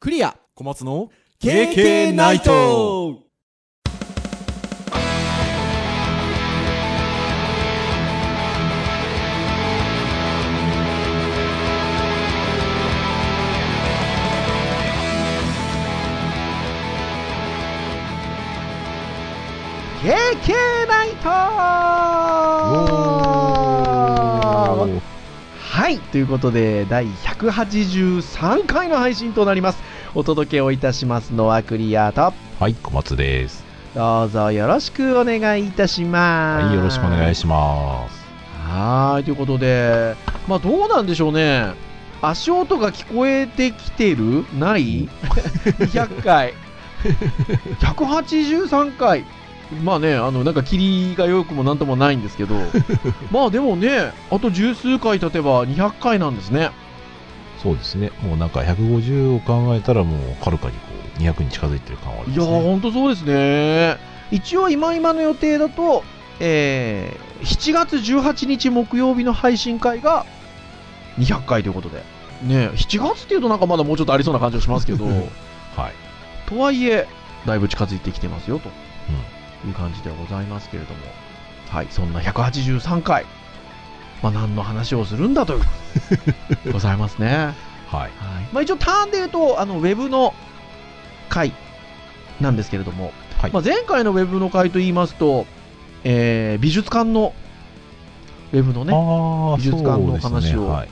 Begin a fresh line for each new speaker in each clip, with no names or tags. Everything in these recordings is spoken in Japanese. クリア
小松の
KK ナイト
ナイトはいということで第183回の配信となりますお届けをいたしますのはクリアと
はい、小松です。
どうぞよろしくお願いいたします
はい、よろしくお願い
し
します。
ますはいということでまあどうなんでしょうね足音が聞こえてきてるない ?200 回183回まあねあのなんか霧が良くもなんともないんですけどまあでもねあと十数回経てば200回なんですね
そうですね。もうなんか150を考えたらもうはるかにこう200に近づいてる感はあり
いや
ます
ー、
ね。
ほんとそうですね。一応、今今の予定だと、えー7月18日木曜日の配信会が200回ということで。ねえ、7月っていうとなんかまだもうちょっとありそうな感じがします けど、
はい。
とはいえ、だいぶ近づいてきてますよ、という感じではございますけれども。はい、そんな183回。まあ、何の話をするんだという ございますね。
はい。
はいまあ、一応ターンで言うとあのウェブの回なんですけれども、
はい
まあ、前回のウェブの回と言いますと、えー美術館のウェブの
あ
ね
ー
美術館の
そうです
話
ね
を
はい。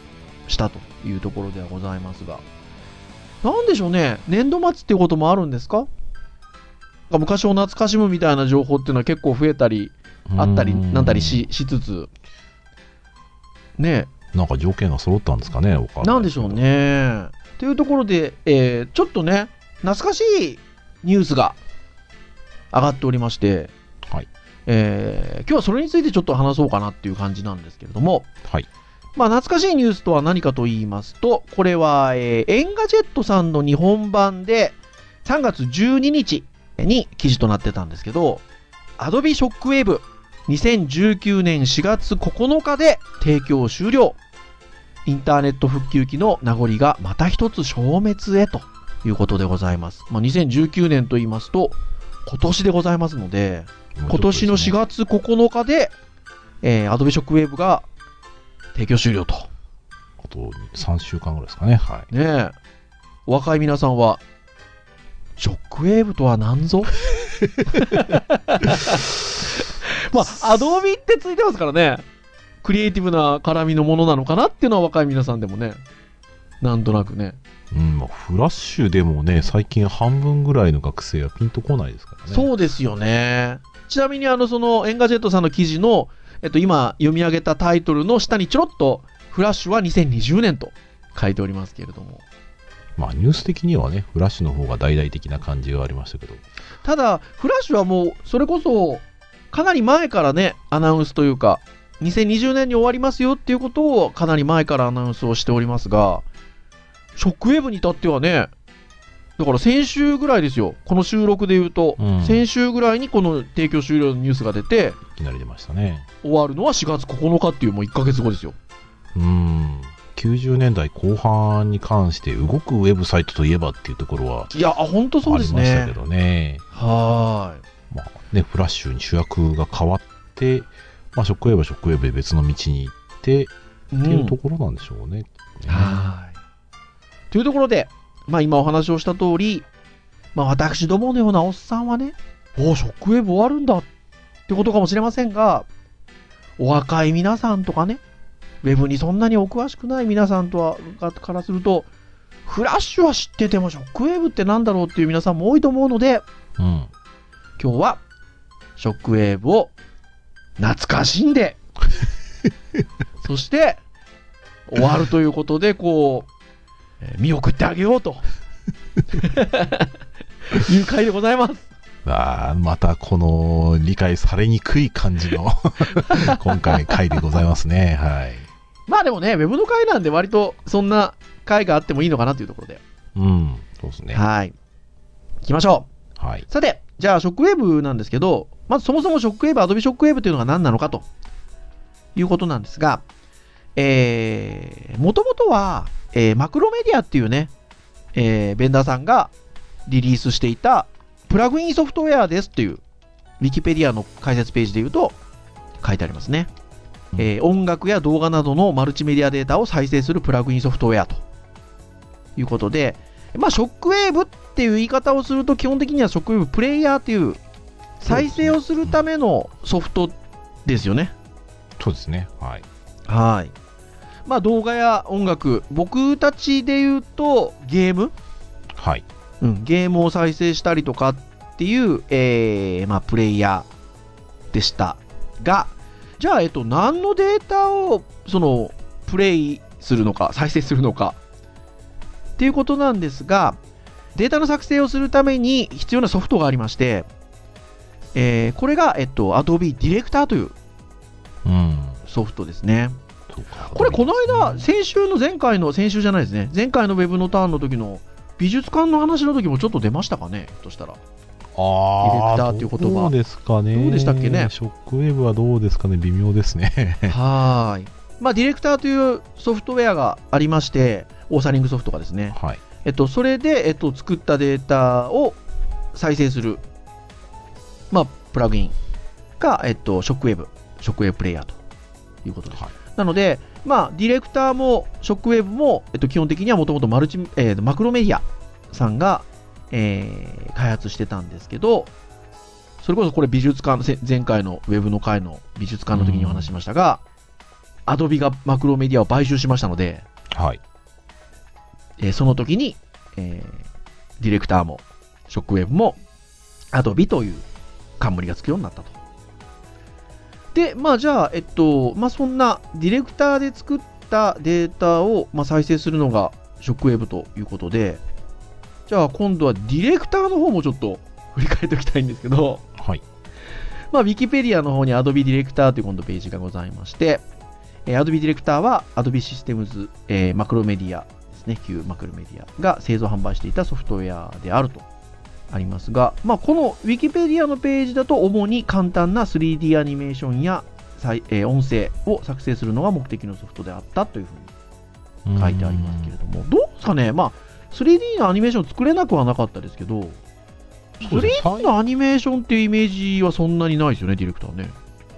したというところではございますがなんでしょうね年度末ってこともあるんですか昔を懐かしむみたいな情報っていうのは結構増えたりあったり
うん
なんだりししつつねえ
なんか条件が揃ったんですかね、わか
なんでしょう。ね。というところで、えーちょっとね、懐かしいニュースが上がっておりまして、
はい
えー今日はそれについてちょっと話そうかなっていう感じなんですけれども、
はい。
まあ、懐かしいニュースとは何かと言いますと、これは、えーエンガジェットさんの日本版で、3月12日に記事となってたんですけど、Adobe Shockwave 2019年4月9日で提供終了。インターネット復旧機の名残がまた一つ消滅へということでございます。まあ、2019年と言いますと、今年でございますので、今年の4
月。
月9日で、えー、Adobe Shockwave が提供終了と。
あと3週間ぐらいですかね。はい。
ねえ。お若い皆さんは、ショックウェーブとは何ぞまあ、アドビってついてますからね。クリエイティブな絡みのものなのかなっていうのは若い皆さんでもね。なんとなくね。
うん、まあフラッシュでもね、最近半分ぐらいの学生はピンとこないですからね。
そうですよね。ちなみにあのそのエンガジェットさんの記事の、えっと、今読み上げたタイトルの下にちょろっと「フラッシュは2020年」と書いておりますけれども
まあニュース的にはね、フラッシュの方が大々的な感じがありましたけど。
ただフラッシュはもうそれこそかなり前からねアナウンスというか2020年に終わりますよっていうことをかなり前からアナウンスをしておりますがショックウェーブに至ってはねだから先週ぐらいですよこの収録で言うと、
うん
先週ぐらいにこの提供終了のニュースが出て
いきなり出ましたね。
終わるのは4月9日っていうもう1ヶ月後ですよ。
うーん90年代後半に関して動くウェブサイトといえばっていうところはあ
いや、あ本当
り
そう
ま
です
したけ
ね。
どね
はーい。
まあねフラッシュに主役が変わって、まあ、ショックウェーブはショックウェーブで別の道に行ってっていうところなんでしょうね、ね
はい。というところで、まあ今お話をした通り、まあ私どものようなおっさんはね、おお、ショックウェーブ終わるんだってことかもしれませんが、お若い皆さんとかね、ウェブにそんなにお詳しくない皆さんとはがからすると、フラッシュは知っててもショックウェーブってなんだろうっていう皆さんも多いと思うので、
うん
今日はショックウェーブを懐かしん でそして終わるということでこうえー見送ってあげよう という回でございます
あーまたこの理解されにくい感じの 今回回でございますねはい
まあでもねウェブの回なんで割とそんな回があってもいいのかなというところで、
うんそうですねは
はい行きましょ
いう
さてじゃあショックウェーブなんですけどまずそもそもショックウェーブアドビショックウェーブというのが何なのかということなんですが、えー、もともとは、えーマクロメディアっていうね、えーベンダーさんがリリースしていたプラグインソフトウェアですっていう、ウィキペディアの解説ページで言うと、書いてありますね。えー音楽や動画などのマルチメディアデータを再生するプラグインソフトウェアということで、まあ、ショックウェーブっていう言い方をすると、基本的にはショックウェーブプレイヤーっていう、再生をするためのソフトですよね。
そうですね。はい。
はい。まあ動画や音楽、僕たちで言うとゲーム、
はい。
うん、ゲームを再生したりとかっていう、えーまあプレイヤーでしたが、じゃあ、えっと、何のデータを、その、プレイするのか、再生するのか、っていうことなんですが、データの作成をするために必要なソフトがありまして、えーこれが、えっと、Adobe Director という
うん。
ソフトですね。
そうか
これこの間、
うん
先週の前回の、先週じゃないですね、前回のウェブのターンの時の美術館の話の時もちょっと出ましたかね、ひょっとしたら。
あ
ディレクターっていう言葉
どうですかね。
どうでしたっけね
ショックウェーブはどうですかね。微妙ですね。
はーい。まあ、ディレクターというソフトウェアがありまして、オーサリングソフトがですね、
はい。
えっと、それで、えっと、作ったデータを再生する、まあ、プラグインが、えっと、ショックウェブ、ショックウェブプレイヤーということです。
はい
なので、まあ、ディレクターも、ショックウェブも、えっと、基本的にはもともとマルチ、えーマクロメディアさんが、えー開発してたんですけど、それこそこれ美術館、せ前回のウェブの回の美術館の時にお話ししましたが、アドビがマクロメディアを買収しましたので、
はい。
えーその時に、えーディレクターも、ショックウェブも、アドビという冠がつくようになったと。で、まあじゃあ、えっと、まあそんなディレクターで作ったデータを、まあ、再生するのがショックウェブということで、じゃあ今度はディレクターの方もちょっと振り返っておきたいんですけど、
はい。
まあ、ウィキペディアの方に Adobe Director という今度ページがございまして、えー Adobe Director は Adobe Systems、えーマクロメディアですね、旧マクロメディアが製造販売していたソフトウェアであるとありますが、まあ、このウィキペディアのページだと主に簡単な 3D アニメーションや再えー音声を作成するのが目的のソフトであったというふうに書いてありますけれども、どうですかね、まあ、3D のアニメーション作れなくはなかったですけど、
そうですね
3D のアニメーションっていうイメージはそんなにないですよね、ディレクターね。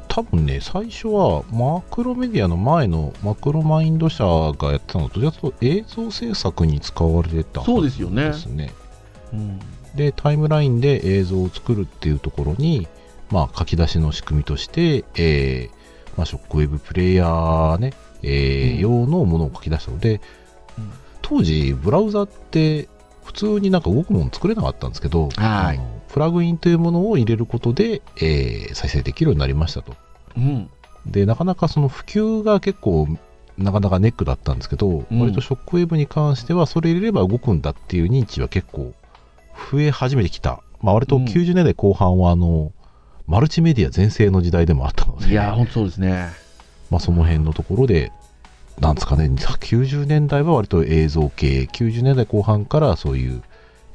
多分ね、最初はマクロメディアの前のマクロマインド社がやってたのと、じゃあと映像制作に使われてた
そうですよね
ですね。
うん
で、タイムラインで映像を作るっていうところに、まあ、書き出しの仕組みとして、えーまあ、ショックウェブプレイヤーね、えー
うん
用のものを書き出したので、
うん
当時、ブラウザって普通になんか動くもの作れなかったんですけど、
はい
あのプラグインというものを入れることで、えー再生できるようになりましたと。
うん、
でなかなかその普及が結構なかなかネックだったんですけど、
うん
割とショックウェーブに関してはそれ入れれば動くんだっていう認知は結構増え始めてきた、まあ、割と
うん
90年代後半はあの、マルチメディア全盛の時代でもあったので
いやー、ほんとそうですね。
まあ、その辺のところでなんですかね90年代は割と映像系90年代後半からそういう、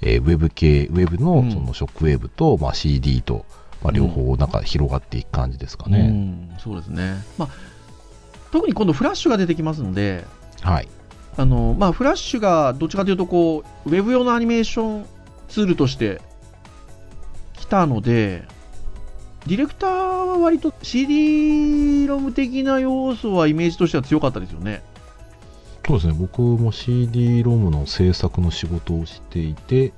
えーウェブ系ウェブ
う
の
ん
そのショックウェーブと、まあ、CD と、まあ、両方なんか広がっていく感じですかね、
うん、そうですね。まあ、特に今度、フラッシュが出てきますので、
はい
あのまあ、フラッシュがどっちかというとこう、ウェブ用のアニメーションツールとして来たので、ディレクターは割と CD ロム的な要素はイメージとしては強かったですよね。
そうですね僕も CD ロムの制作の仕事をしていて、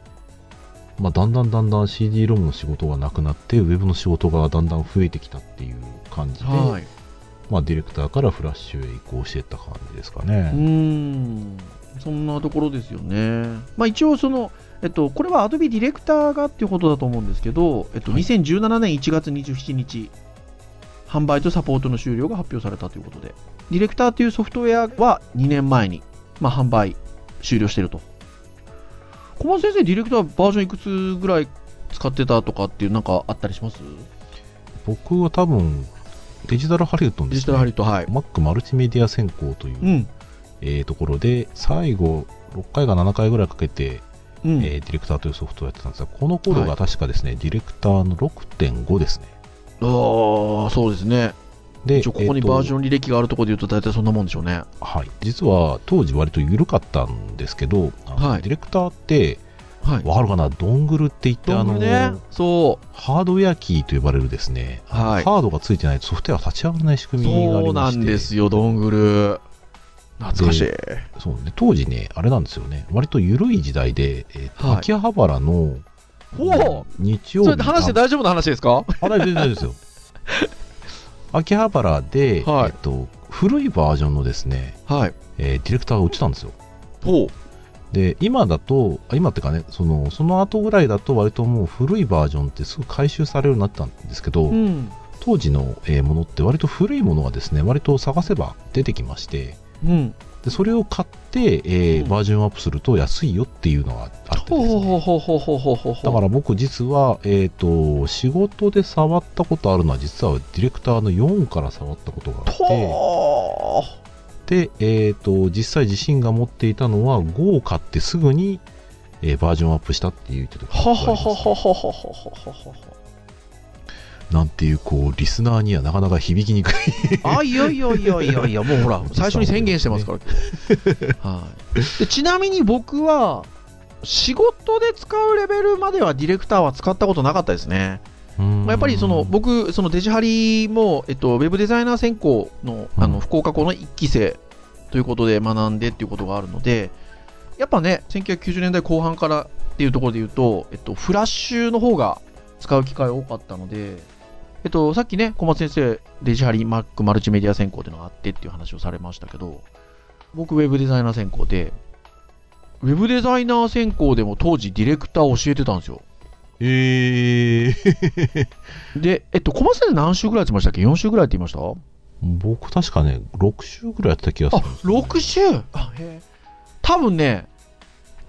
まあ、だんだんだんだん CD ロムの仕事がなくなってウェブの仕事がだんだん増えてきたっていう感じで、
はい。
まあ、ディレクターからフラッシュへ移行していった感じですか
う
ね、
ーんそんなところですよね。まあ、一応その、えっと、これは Adobe ディレクターがっていうことだと思うんですけど、えっと、
はい
2017年1月27日、販売とサポートの終了が発表されたということで、ディレクターというソフトウェアは2年前に、まあ、販売終了してると。小松先生、ディレクターバージョンいくつぐらい使ってたとかっていう、なんかあったりします
僕は多分デジタルハリウッドので
デジ
す
タル
ね
ハリウッド、はい。
Mac マルチメディア専攻という、
うん、
えーところで最後6回か7回ぐらいかけて、
うん。
えーディレクターというソフトをやってたんですがこの頃が確かですね、ディレクターの6.5ですね
ああ、そうですね。
で、
一応ここに
えっと
バージョン履歴があるところで言うと大体そんなもんでしょうね。
はい、実は当時割と緩かったんですけど、あの
はい
ディレクターって
はい。
わかるかなドングルって言って
ド
あ
ング
の、
ルね。そう。
ハードウェアキーと呼ばれるですね、
はい。
ハードがついてないとソフトウェアは立ち上がらない仕組みがあ
そ
り
う
ま
な
して
んですよ、ドングル。懐かしい。
そうね当時ねあれなんですよね割と緩い時代で、えっと
はい
秋葉原の
ほう
日曜
そ
日
れで話して大丈夫な話ですか
あ大丈夫大丈夫ですよ秋葉原で、
はい
えっと、古いバージョンのですね、
はい。
えーディレクターが売ってたんですよ
ほう。
で今だとあ今ってかねそのその後ぐらいだと割ともう古いバージョンってすぐ回収されるようになったんですけど、
うん。
当時の、えーものって割と古いものがですね割と探せば出てきまして
うん。
でそれを買って、えー
うん
バージョンアップすると安いよっていうのがあってです
ほうほ
ね
うほうほうほうほうほうほう。
だから僕実は、えっと仕事で触ったことあるのは実はディレクターの4から触ったことがあっ
と
てで、えっと実際自身が持っていたのは5を買ってすぐに、えーバージョンアップしたっていうちょっと
ははははははははは
なんていうこうリスナーにはなかなか響きに くい
あいやいやいやいやいやもうほら最初に宣言してますから、はい、でちなみに僕は仕事で使うレベルまではディレクターは使ったことなかったですね、まあ、やっぱりその僕そのデジハリも、えっと、ウェブデザイナー専攻のあ
うん
の福岡校の1期生ということで学んでっていうことがあるのでやっぱね1990年代後半からっていうところで言うと、えっと、フラッシュの方が使う機会多かったので、えっと、さっきね、小松先生、デジハリ、マック、マルチメディア専攻っていうのがあってっていう話をされましたけど、僕、ウェブデザイナー専攻で、ウェブデザイナー専攻でも当時ディレクターを教えてたんですよ。
えー
で、えっと、小松先生何週ぐらいやってましたっけ ?4 週ぐらいって言いました
僕確かね6週ぐらいやってた気がす
あ
るんです、よね
6週あ、へえ。多分ね、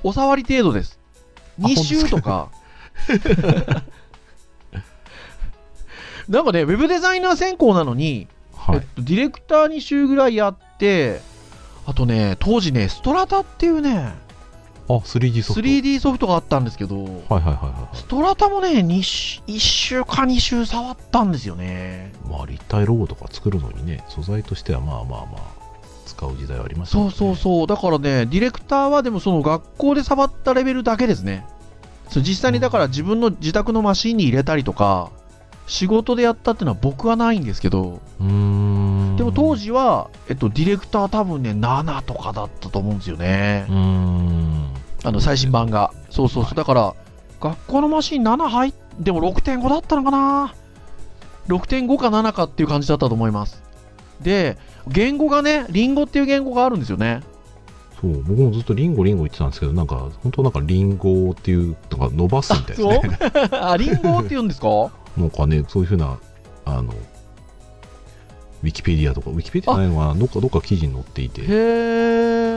お触り程度です。
あ
2週とか。 なんかね、ウェブデザイナー専攻なのに、
は
えっ
い
と、ディレクター2週ぐらいやって、あとね、当時ね、ストラタっていうね、
あ 3D ソフト
3D ソフトがあったんですけ
は
ど、
いはいはいはい
ストラタもね、二週1週か2週触ったんですよね。
まあ立体ロゴとか作るのにね素材としてはまあまあまあ使う時代はありました
そうそうそう、だからね、ディレクターはでもその学校で触ったレベルだけですね。そう実際にだから自分の自宅のマシンに入れたりとか、仕事でやったっていうのは僕はないんですけど、
ううーん
でも当時は、えっと、ディレクター多分ね、7とかだったと思うんですよね
う。ーん
あの最新版が。そうそうそう。だから、学校のマシン7入っでも6.5だったのかな ?6.5 か7かっていう感じだったと思います。で、言語がね、リンゴっていう言語があるんですよね。
そう僕もずっとリンゴリンゴ言ってたんですけどなんか本当なんかリンゴっていうとか伸ばすみたいですね
あ、リンゴって言うんですか
なんかねそういうふうなあのウィキペディアとかウィキペディアじゃないのはどっかどっか記事に載っていて
へ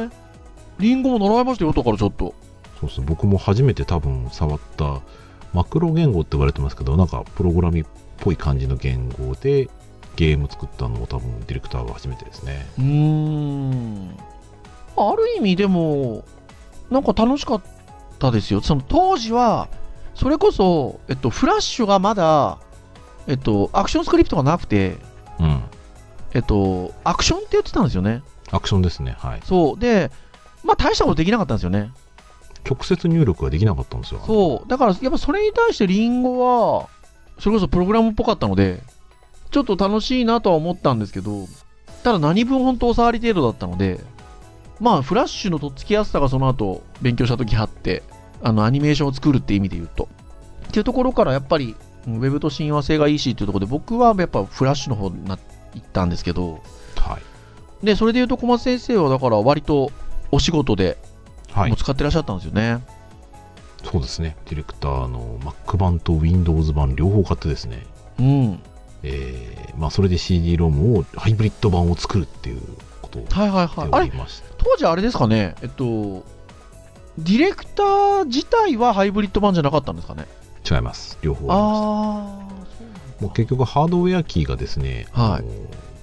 え。リンゴも習いましたよ、だからちょっと。
そうそう僕も初めて多分触ったマクロ言語って言われてますけどなんかプログラミっぽい感じの言語でゲーム作ったのも多分ディレクターが初めてですね
うーん。ある意味でも、なんか楽しかったですよ。その当時は、それこそ、えっと、フラッシュがまだ、えっと、アクションスクリプトがなくて、
うん
えっと、アクションって言ってたんですよね。
アクションですねはい
そう。で、まあ大したことできなかったんですよね。
直接入力ができなかったんですよ
そう。だから、やっぱそれに対してリンゴは、それこそプログラムっぽかったので、ちょっと楽しいなとは思ったんですけど、ただ何分本当お触り程度だったので、まあ、フラッシュのとっつきやすさがその後、勉強した時あって、あの、アニメーションを作るって意味で言うと。っていうところから、やっぱり、うんウェブと親和性がいいしっていうところで、僕はやっぱフラッシュの方にな行ったんですけど、
はい
で、それで言うと小松先生は、だから割とお仕事で
は
も
いう
使ってらっしゃったんですよね。
そうですねディレクターの Mac 版と Windows 版両方買ってですね
うん。
えーまあそれで CD ロムをハイブリッド版を作るっていうことを
はいはい
や
は
っ
い。
て
あ
お
れ
りました
当時あれですかね、えっと、ディレクター自体はハイブリッド版じゃなかったんですかね。
違います両方ありました
ああ、そうなんだ
もう結局ハードウェアキーがですね、
はい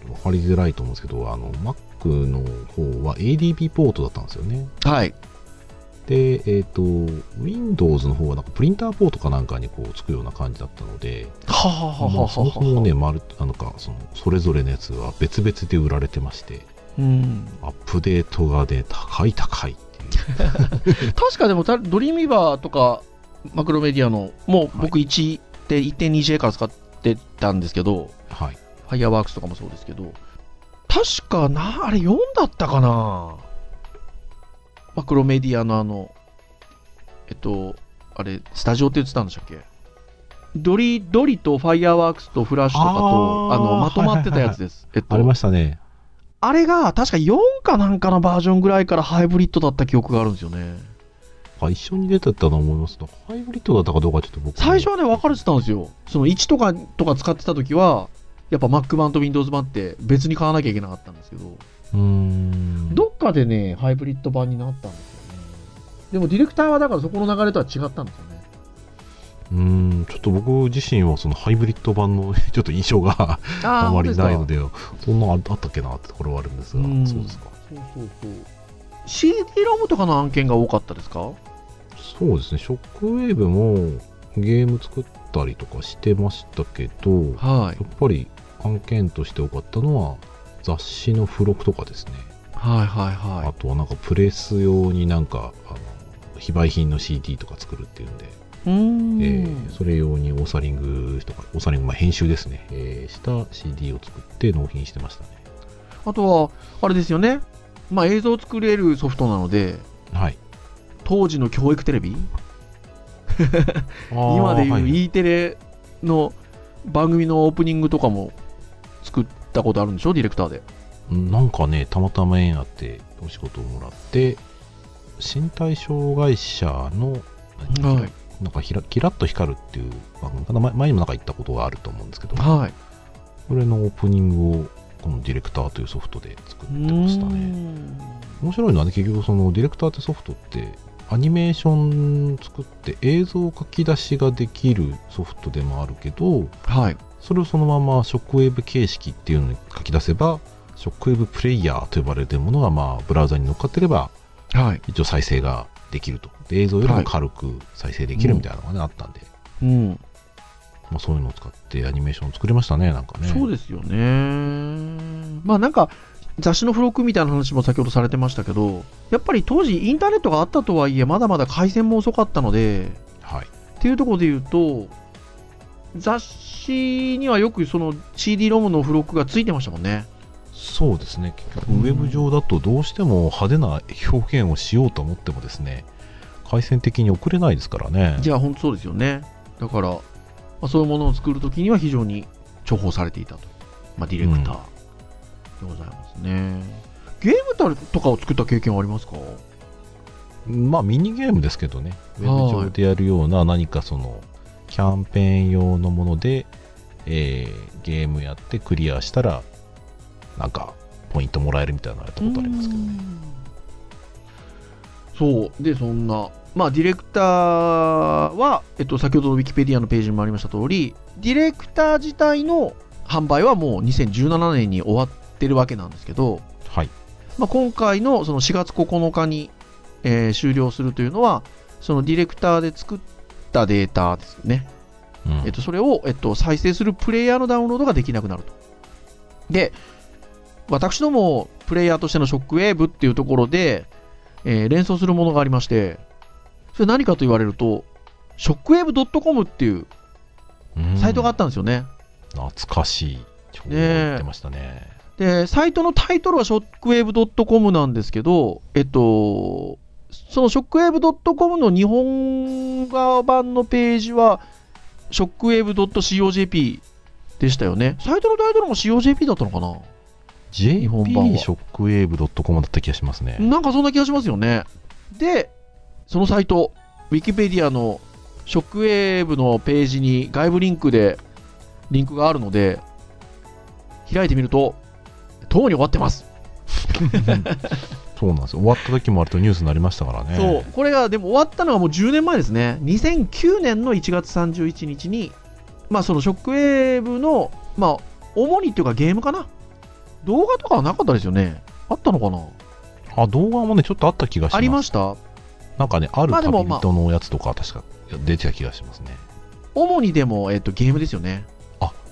あの分かりづらいと思うんですけどあの Mac の方は ADB ポートだったんですよね
はい。
で、えっ、と、Windows の方はなんかプリンターポートかなんかにこうつくような感じだったので、
はあ、はあはあ
まあ
はあ
そもそもね、まるあのかそのそれぞれのやつは別々で売られてまして、
うん、
アップデートがね、高い高いっていう。
確かでもたドリーミーバーとかマクロメディアのもう僕1で 1.2J から使ってたんですけど、
はい。
ファイアワークスとかもそうですけど確かなあれ4だったかなマクロメディアのあのえっとあれスタジオって言ってたんでしたっけドリドリとファイアワークスとフラッシュとかとあ
あー
のまとまってたやつです、
あり
え
ま
っと
したね。
あれが確か4かなんかのバージョンぐらいからハイブリッドだった記憶があるんですよね
あ一緒に出てたの思いますと、ハイブリッドだったかどうかちょっと僕も
最初はね分かれてたんですよその1とかとか使ってた時はやっぱ Mac 版と Windows 版って別に買わなきゃいけなかったんですけど
うーん。
どっかでね、ハイブリッド版になったんですよね。でもディレクターはだからそこの流れとは違ったんですよね。
うーん、ちょっと僕自身はそのハイブリッド版の ちょっと印象が
あ
あまりないの
で。
で、そんなあったっけなってところはあるんですが
うーん、
そうですか。
そうそうそう。CD ロムとかの案件が多かったですか
そうですね、ショックウェーブもゲーム作ったりとかしてましたけど、や
はい。
っぱり案件として多かったのは雑誌の付録とかですね。
はいはいは
あとはなんかプレス用になんか、あの非売品の CD とか作るっていうんで、
い。うーん。
えーそれ用にオーサリングとか、オーサリング、まあ、編集ですね、えーした CD を作って納品してましたね。
あとは、あれですよね。まあ映像を作れるソフトなので、
はい。
当時の教育テレビ今で
は
いう
い
E テレの番組のオープニングとかも作ったことあるんでしょディレクターで。
なんかね、たまたま縁あって、お仕事をもらって、身体障害者の、
はい
なんかひら、キラッと光るっていう番組かな、前前にもなんか言ったことがあると思うんですけど、
はい。
それのオープニングを、このディレクターというソフトで作ってましたね。面白いのはね結局そのディレクターってソフトってアニメーション作って映像書き出しができるソフトでもあるけど
はい。
それをそのままショックウェーブ形式っていうのに書き出せばショックウェーブプレイヤーと呼ばれてるものがまあブラウザに乗っかってれば
はい。
一応再生ができるとで映像よりも軽く再生できるみたいなのが、ねあったんで、
うん。
まあ、そういうのを使ってアニメーション作りましたねなんかね
そうですよね。まあなんか、雑誌の付録みたいな話も先ほどされてましたけど、やっぱり当時インターネットがあったとはいえ、まだまだ回線も遅かったので、
はい
っていうところで言うと、雑誌にはよくその CD ロムの付録がついてましたもんね。
そうですね結局
う
ウ
ん
ェブ上だとどうしても派手な表現をしようと思ってもですね回線的に送れないですからね
じゃあ本当そうですよね。だから、まあ、そういうものを作るときには非常に重宝されていたと。まあディレクターでございますね。ゲームたるとかを作った経験はありますか
まあミニゲームですけどねウェブ上でやるような何かそのキャンペーン用のもので、えーゲームやってクリアしたらなんかポイントもらえるみたいなのやったことありますけどね
うんそうでそんなまあディレクターは、えっと、先ほどのウィキペディアのページにもありました通りディレクター自体の販売はもう2017年に終わってるわけなんですけど、
はい
まあ、今回のその4月9日に、えー終了するというのはそのディレクターで作ったデータですよね
うん
えっと、それを、えっと、再生するプレイヤーのダウンロードができなくなると。で、私どもプレイヤーとしてのショックウェーブっていうところで、えー連想するものがありまして、それ何かと言われると、ショックウェーブ .com っていう
うん
サイトがあったんですよね。
懐かしいちょうど言ってましたね
で、サイトのタイトルはショックウェーブ .com なんですけど、えっと、そのショックウェーブ .com の日本側版のページは、ショックウェーブ .cojp でしたよね。サイトのタイトルも cojp だったのかな本版は
JP ショックウェーブ .com だった気がしますね
なんかそんな気がしますよね。で、そのサイト、ウィキペディアのショックウェーブのページに外部リンクでリンクがあるので、開いてみると、とうに終わってます。
そうなんですよ終わった時もあるとニュースになりましたからね
そう、これがでも終わったのがもう10年前ですね、2009年の1月31日に、まあ、そのショックウェーブの、まあ、主にっていうかゲームかな、動画とかはなかったですよね、あったのかな、
あ動画もねちょっとあった気がします
ありました、
なんかね、ある
まあで
旅
もまあ
人のやつとか、確か出てた気がしますね。
主にでも、えっと、ゲームですよね。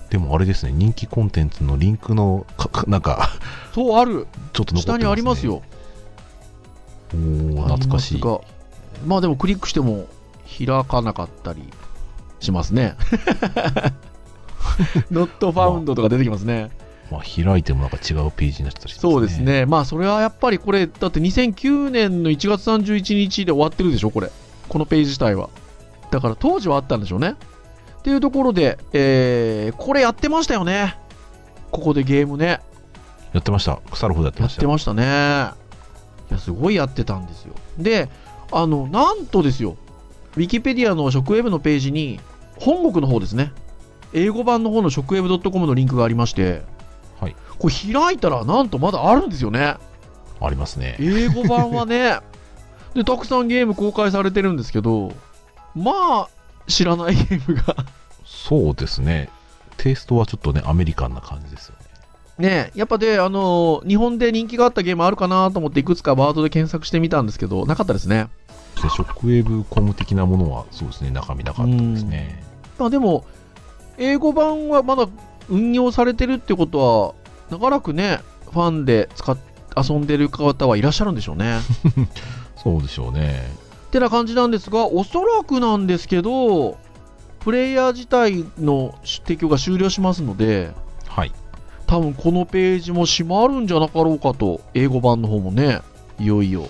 でもあれですね、人気コンテンツのリンクのか、か なんか、
そう、ある。
ちょっと残ってます、ね、
下にあります。よ。
おー懐かしい。
ありますがまあでもクリックしても開かなかったりします ね。 ノットファウンドとか出てきますね。
まあ、開いてもなんか違うページになってたりしますね。
そうです。ね。まあそれはやっぱりこれ、だって2009年の1月31日で終わってるでしょ、これ。このページ自体は。だから当時はあったんでしょうね。っていうところで、えー、これやってましたよね。ここでゲームね。
やってました。腐るほどやってま
やっ
した
て
よ。
ましたね。いや、すごいやってたんですよ。で、あの、なんとですよ、ウィキペディアの食ウェブのページに、本国の方ですね、英語版の方の食ウェブ .com のリンクがありまして、
はい
これ開いたら、なんとまだあるんですよね。
ありますね。
英語版は ね。で、たくさんゲーム公開されてるんですけど、まあ、知らないゲームが
そうですね。テイストはちょっとね、アメリカンな感じですよね。
ねやっぱで、あの日本で人気があったゲームあるかなと思って、いくつかワードで検索してみたんですけど、なかったですね。
でショックウェーブコム的なものは、そうですね、中身なかったですね。
まあでも、英語版はまだ運用されてるってことは、長らくね、ファンで使っ遊んでる方はいらっしゃるんでしょうね。
そうでしょうね。
ってな感じなんですが、おそらくなんですけど、プレイヤー自体の提供が終了しますので、
はい。
多分このページも閉まるんじゃなかろうかと、英語版の方もね、いよいよ。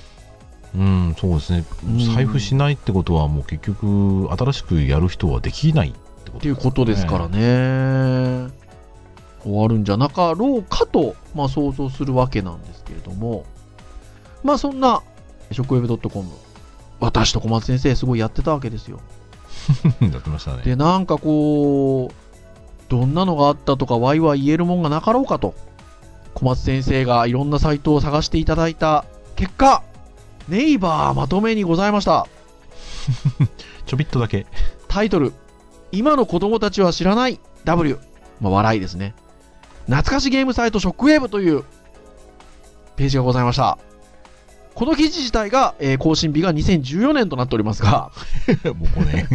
うん、そうですね
うん。
財布しないってことは、もう結局、新しくやる人はできないってこと
っていうことですからね。終わるんじゃなかろうかと、まあ、想像するわけなんですけれども、まあ、そんな、食ウェブ .com、私と小松先生、すごいやってたわけですよ。
ね。やってましたね。
で、なんかこう、どんなのがあったとか、ワイワイ言えるもんがなかろうかと、小松先生がいろんなサイトを探していただいた結果、ネイバーまとめにございました。
ちょびっとだ け。
タイトル、今の子供たちは知らない W、まあ、笑いですね。懐かしゲームサイトショックウェーブというページがございました。この記事自体が、えー更新日が2014年となっておりますが、
もうね。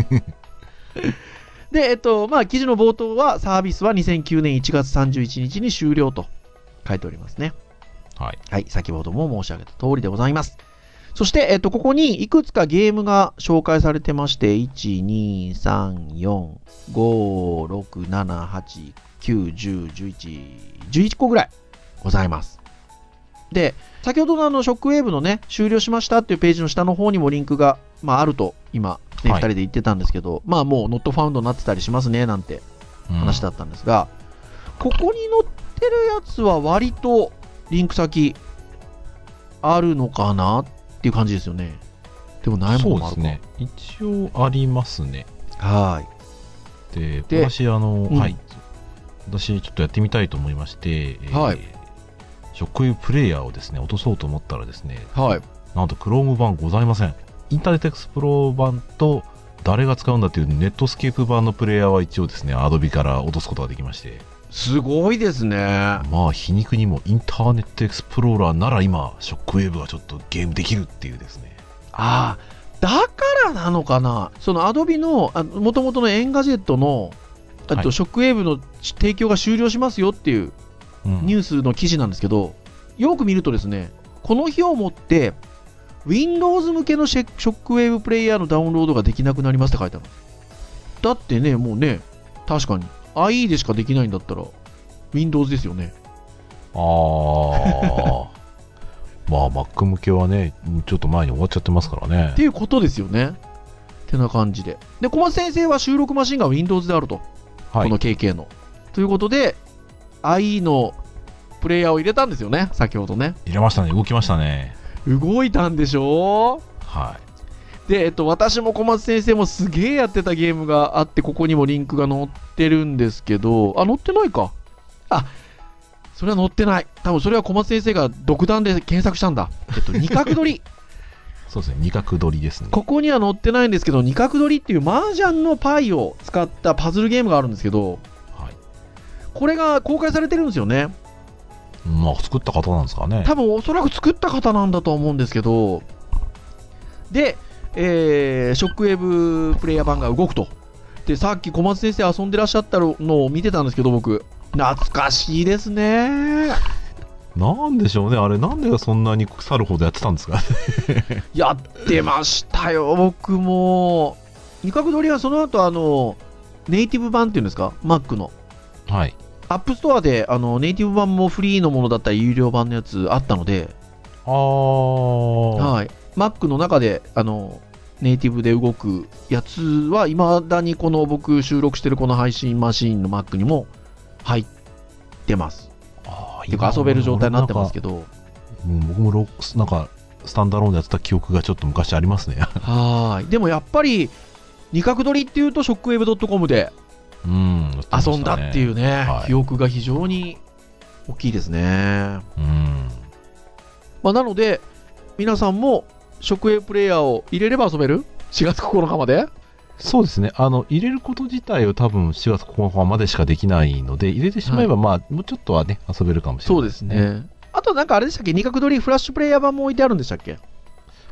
で、えっと、まあ、記事の冒頭はサービスは2009年1月31日に終了と書いておりますね。
はい。
はい、先ほども申し上げた通りでございます。そして、えっと、ここにいくつかゲームが紹介されてまして、1、2、3、4、5、6、7、8、9、10、11、11個ぐらいございます。で、先ほどのあの、ショックウェーブのね、終了しましたっていうページの下の方にもリンクが、まあ、あると、今、ね、
は
2
い
人で言ってたんですけど、まあ、もう、ノットファウンドになってたりしますね、なんて
うん
話だったんですが、ここに載ってるやつは割とリンク先あるのかなっていう感じですよね。でもない
そ
も
うん
も
で
ある
す
か。
ね。一応ありますね。
は
で、
で
私、あの、
うん
はい。私、ちょっとやってみたいと思いまして、えー
はい。
ショックウェーブプレイヤーをですね、落とそうと思ったらですね、
い。はい。
なんと Chrome 版ございません。インターネットエクスプロー版と誰が使うんだっていうネットスケープ版のプレイヤーは一応ですね、Adobe から落とすことができまして、
すごいですね。
まあ皮肉にもインターネットエクスプローラーなら今、ショックウェーブがちょっとゲームできるっていうですね。
ああ、だからなのかな。その Adobe の、もともとのエンガジェットの、あ
は
と、
い
ショックウェーブの提供が終了しますよっていう
うん
ニュースの記事なんですけど、よく見るとですね、この日をもって、Windows 向けのシェショックウェーブプレイヤーのダウンロードができなくなりますって書いてあるだってね、もうね、確かに IE でしかできないんだったら、Windows ですよね。
ああ。 まあ、Mac 向けはね、ちょっと前に終わっちゃってますからね
って。いうことですよね。ってな感じで。で、小松先生は収録マシンが Windows であると、
は
こ
い
の。KK の。ということで、IE のプレイヤーを入れたんですよね、先ほどね。
入れましたね、動きましたね。
動いたんでしょ
は
で、えっと、私も小松先生もすげえやってたゲームがあって、ここにもリンクが載ってるんですけど、あ、載ってないか。あ、それは載ってない。多分それは小松先生が独断で検索したん だ。えっと、二角取り。
い。そうですね、二角取りですね。
ここには載ってないんですけど、二角取りっていう麻雀のパイを使ったパズルゲームがあるんですけど、
はい。
これが公開されてるんですよね。
まあ、作った方なんですかね。
多分おそらく作った方なんだと思うんですけどでえーショックウェーブプレイヤー版が動くと。で、さっき小松先生遊んでらっしゃったのを見てたんですけど、僕。懐かしいですね。
なんでしょうね、あれ、なんでそんなに腐るほどやってたん ですか
やってましたよ、僕も。二角取りはその後、あの、ネイティブ版っていうんですか ?Mac の。
はい。
アップストアで、あの、ネイティブ版もフリーのものだったり、有料版のやつあったので、
あー。
はい。Mac の中で、あの、ネイティブで動くやつは、いまだにこの僕収録してるこの配信マシーンの Mac にも入ってます。
あー
っていうか遊べる状態になってますけど。
ど。うん僕もロッなんか、スタンダーローンでやってた記憶がちょっと昔ありますね。
はーい。でもやっぱり、二角取りっていうと、ショックウェブ .com で
うん。やってましたね
遊んだってい。うね、
はい
記憶が非常に大きいですね。
うん。
まあ、なので、皆さんも、ショックウェブプレイヤーを入れれば遊べる ?4 月9日まで
そうですね。あの、入れること自体を多分4月9日までしかできないので、入れてしまえば、まあ、もうちょっとはね、遊べるかもしれ
そ
な
う
い
です。ね。あとなんかあれでしたっけ二角取りフラッシュプレイヤー版も置いてあるんでしたっけ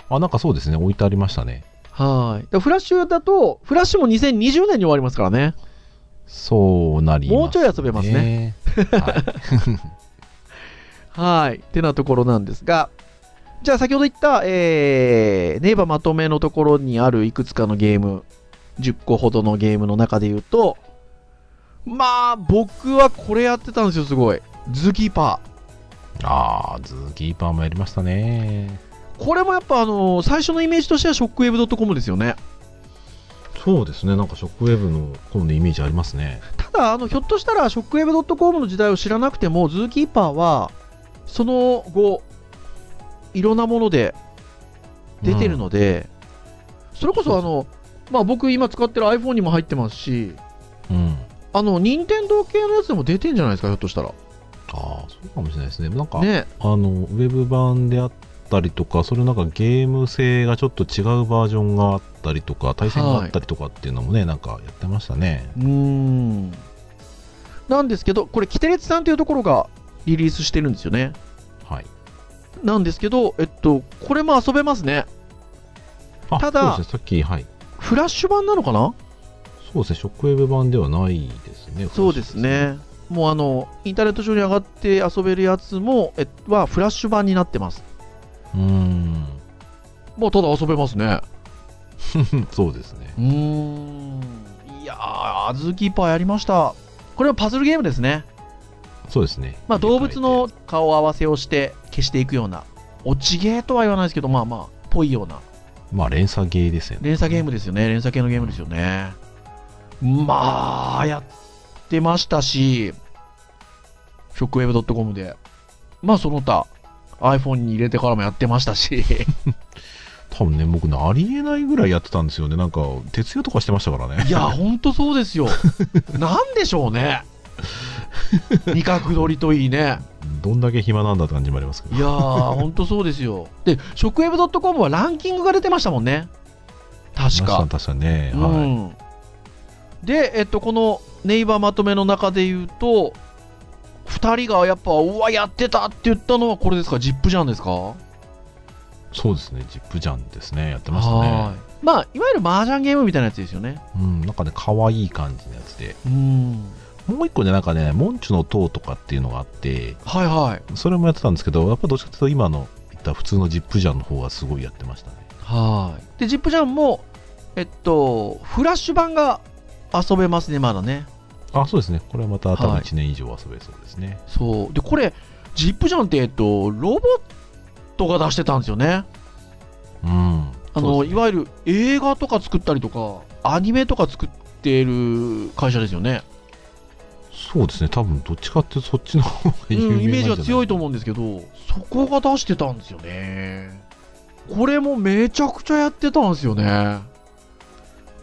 あ、なんかそうですね。置いてありましたね。
はーい。だからフラッシュだと、フラッシュも2020年に終わりますからね。
そうなります、
もうちょい遊べます
ね。はい
はーい。ってなところなんですが、じゃあ先ほど言った、えー、ネイバーまとめのところにあるいくつかのゲーム、10個ほどのゲームの中で言うと、まあ、僕はこれやってたんですよ、すごい。ズーキーパー。
ああ、ズーキーパーもやりましたね。
これもやっぱあのー最初のイメージとしてはショックウェブ .com ですよね。
そうですね。なんかショックウェブの今度イメージありますね。
ただあのひょっとしたらショックウェブ .com の時代を知らなくてもズーキーパーはその後いろんなもので出てるので、それこそあの、まあ、僕今使ってる iPhone にも入ってますし
うん。
あの任天堂系のやつでも出てんじゃないですかひょっとしたら
ああ、そうかもしれないですね。なんか、
ね
あの、ウェブ版であったりとか、それなんかゲーム性がちょっと違うバージョンがあったりとか、対戦があったりとかっていうのもね、なんかやってましたね。
うーんなんですけどこれキテレツさんというところがリリースしてるんですよね
はい。
なんですけどえっとこれも遊べますね
あ
ただ
そうですね。さっき、はい。
フラッシュ版なのかな
そうですね。ショックウェブ版ではないですね。
そうです。ね。もうあの、インターネット上に上がって遊べるやつも、えはフラッシュ版になってます。
うーん。
もうただ遊べますね。
そうですね
う。ーん。いやー、ズーキーパーやりました。これはパズルゲームですね。
そうですね。
まあ動物の顔合わせをして消していくような、落ちゲーとは言わないですけど、まあまあ、ぽいような、
まあ連鎖ゲーですよね。
連鎖ゲームですよね。連鎖系のゲームですよね。まあ、やってましたし、ショックウェブ .com で、まあその他、iPhone に入れてからもやってましたし、
多分ね、僕ね、ありえないぐらいやってたんですよね。なんか、徹夜とかしてましたから ね。
いや、ほんとそうですよ。 なんでしょうね。二角取りといいね。
どんだけ暇なんだって感じもありますけど。
いやー、ほんとそうですよ。で、ショックウェブ .com はランキングが出てましたもんね。確か
確。か。確かにね。
う
はい。
んで、えっと、このネイバーまとめの中で言うと、2人がやっぱ、うわ、やってたって言ったのはこれですか、ジップジャンですか
そうですね。ジップジャンですね。やってました
は
ね。
いまあ、いわゆる麻雀ゲームみたいなやつですよね。
うん。なんかね、可愛い感じのやつで。
うん。
もう一個ね、なんかね、モンチュの塔とかっていうのがあって、
はいはい。
それもやってたんですけど、やっぱどっちかというと今の言った普通のジップジャンの方がすごいやってましたね。
はい。で、ジップジャンも、えっと、フラッシュ版が遊べますね、まだね。
あ、そうですね。これはまた多分
はい
1年以上遊べそうですね。
そう。で、これ、ジップジャンって、えっと、ロボットが出してたんですよね。
うん。そ
あの
うです
いわゆる映画とか作ったりとかアニメとか作ってる会社ですよね、
そうですね。多分どっちかっていうとそっちの方が
う
有名なん
ん、
じゃ
イ
な
メージ
い
は強いと思うんですけどそこが出してたんですよねこれもめちゃくちゃやってたんですよね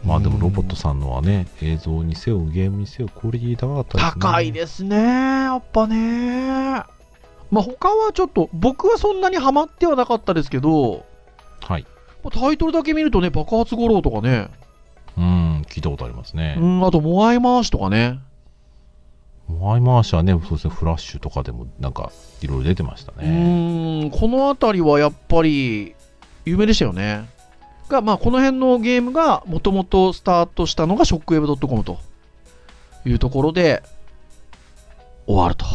まあでもロボット
うん
さんのはね、映像にせよゲームにせよクオリティ高かったですね。
高いですねやっぱねまあ他はちょっと僕はそんなにハマってはなかったですけど
はい。
まあタイトルだけ見るとね爆発五郎とかね、
うん、聞いたことありますね
う。ん、あとモアイ回しとかね
ワイマーシャはね、そうですね、フラッシュとかでもなんかいろいろ出てました
う
ね。
ーんこの辺りはやっぱり有名でしたよね。が、まあ、この辺のゲームがもともとスタートしたのがショックウェブ .com というところで終わると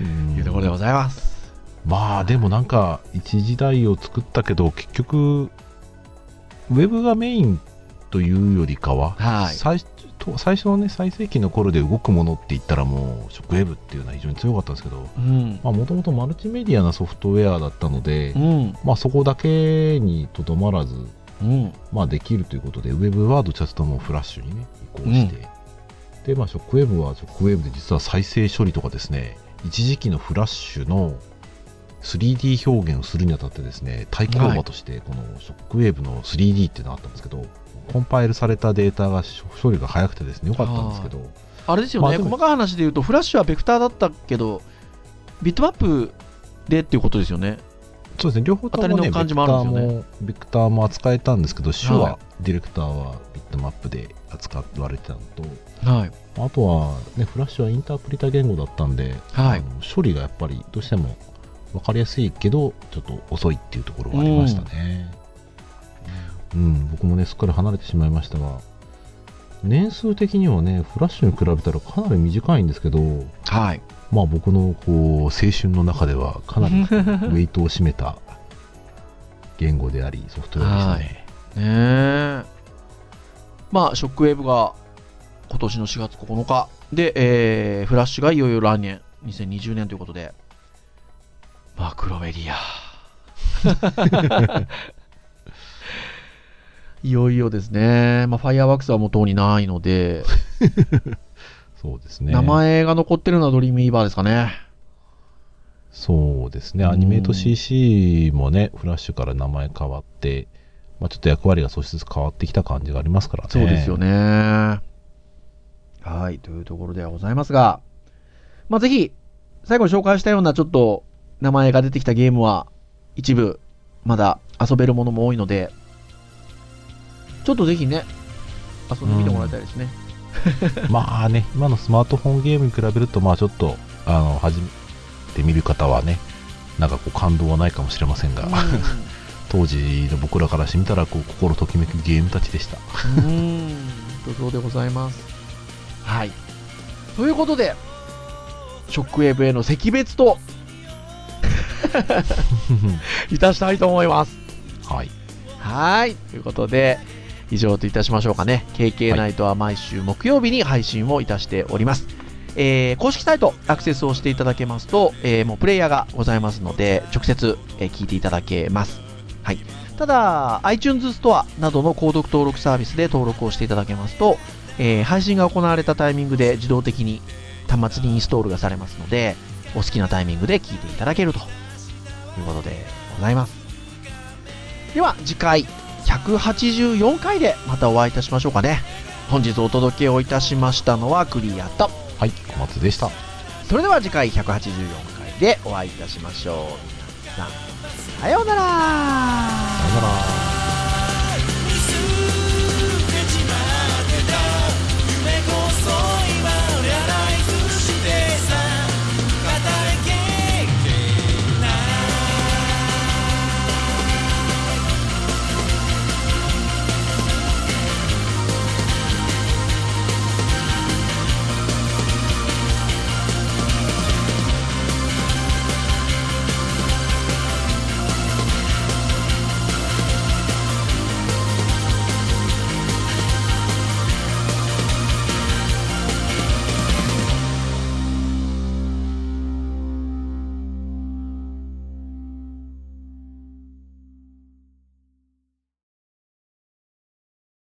うん
いうところでございます。
まあでもなんか一時代を作ったけど結局ウェブがメインというよりかは、
はい
最と最初のね最盛期の頃で動くものって言ったらもうショックウェブっていうのは非常に強かったんですけど
うん。
もともとマルチメディアなソフトウェアだったので、
うん。
まあ、そこだけにとどまらず、
うん。
まあ、できるということでウェブはどちらかというともうフラッシュにね移行して、でまあショックウェブはショックウェブで実は再生処理とかですね一時期のフラッシュの 3D 表現をするにあたってですね対抗馬としてこのショックウェブの 3D っていうのがあったんですけど、コンパイルされたデータが処理が早くてですね良かったんですけど
あれですよね、
まあでも
細かい話で言うと、フラッシュはベクターだったけど、ビットマップでっていうことですよね。
そうですね両方とも
当たり
ね
の感じもあるんですよ
ベクターもベクターも扱えたんですけど手
はい
話ディレクターはビットマップで扱われてたのと
はい。
あとは、ね、フラッシュはインタープリタ言語だったんで、
は
あ
い。
の処理がやっぱりどうしても分かりやすいけどちょっと遅いっていうところがありましたね、うん僕もねすっかり離れてしまいましたが年数的にはねフラッシュに比べたらかなり短いんですけど
はい。
まあ僕のこう青春の中ではかな りウェイトを占めた言語でありソフトウェアでしたね。
ねえ。まあ、ショックウェーブが今年の4月9日で、えーフラッシュがいよいよ来年、2020年ということで、マクロメデ ィア。いよいよですね。まあ、ファイアワークスはもうとうにないので、
そうですね。
名前が残ってるのはドリームイーバーですかね。
そうですね。
うん
アニメート CC もね、フラッシュから名前変わって、まあ、ちょっと役割が少しずつ変わってきた感じがありますからね。
そうですよね。はい、というところではございますが、まあ、ぜひ、最後に紹介したようなちょっと名前が出てきたゲームは、一部、まだ遊べるものも多いので、ちょっとぜひね、遊んでみてもらいたいですね。
まあね、今のスマートフォンゲームに比べると、まあちょっと、あの、初めて見る方はね、なんかこう感動はないかもしれませんが、当時の僕らからしてみたら、こう、心ときめくゲームたちで した。
うーん、土俵でございます。はい。ということで、ショックウェーブへの惜別といたしたいと思います。
はい。
はい。ということで、以上といたしましょうかね。KK
はい
ナイトは毎週木曜日に配信をいたしております。えー公式サイトアクセスをしていただけますと、えーもうプレイヤーがございますので、直接、えー聞いていただけます。はい。ただ、iTunes ストアなどの購読登録サービスで登録をしていただけますと、えー配信が行われたタイミングで自動的に端末にインストールがされますので、お好きなタイミングで聞いていただけるということでございます。では、次回184回でまたお会いいたしましょうかね本日お届けをいたしましたのはクリアと
はい、小松でした。
それでは次回184回でお会いいたしましょう皆さんさようなら
さよなら。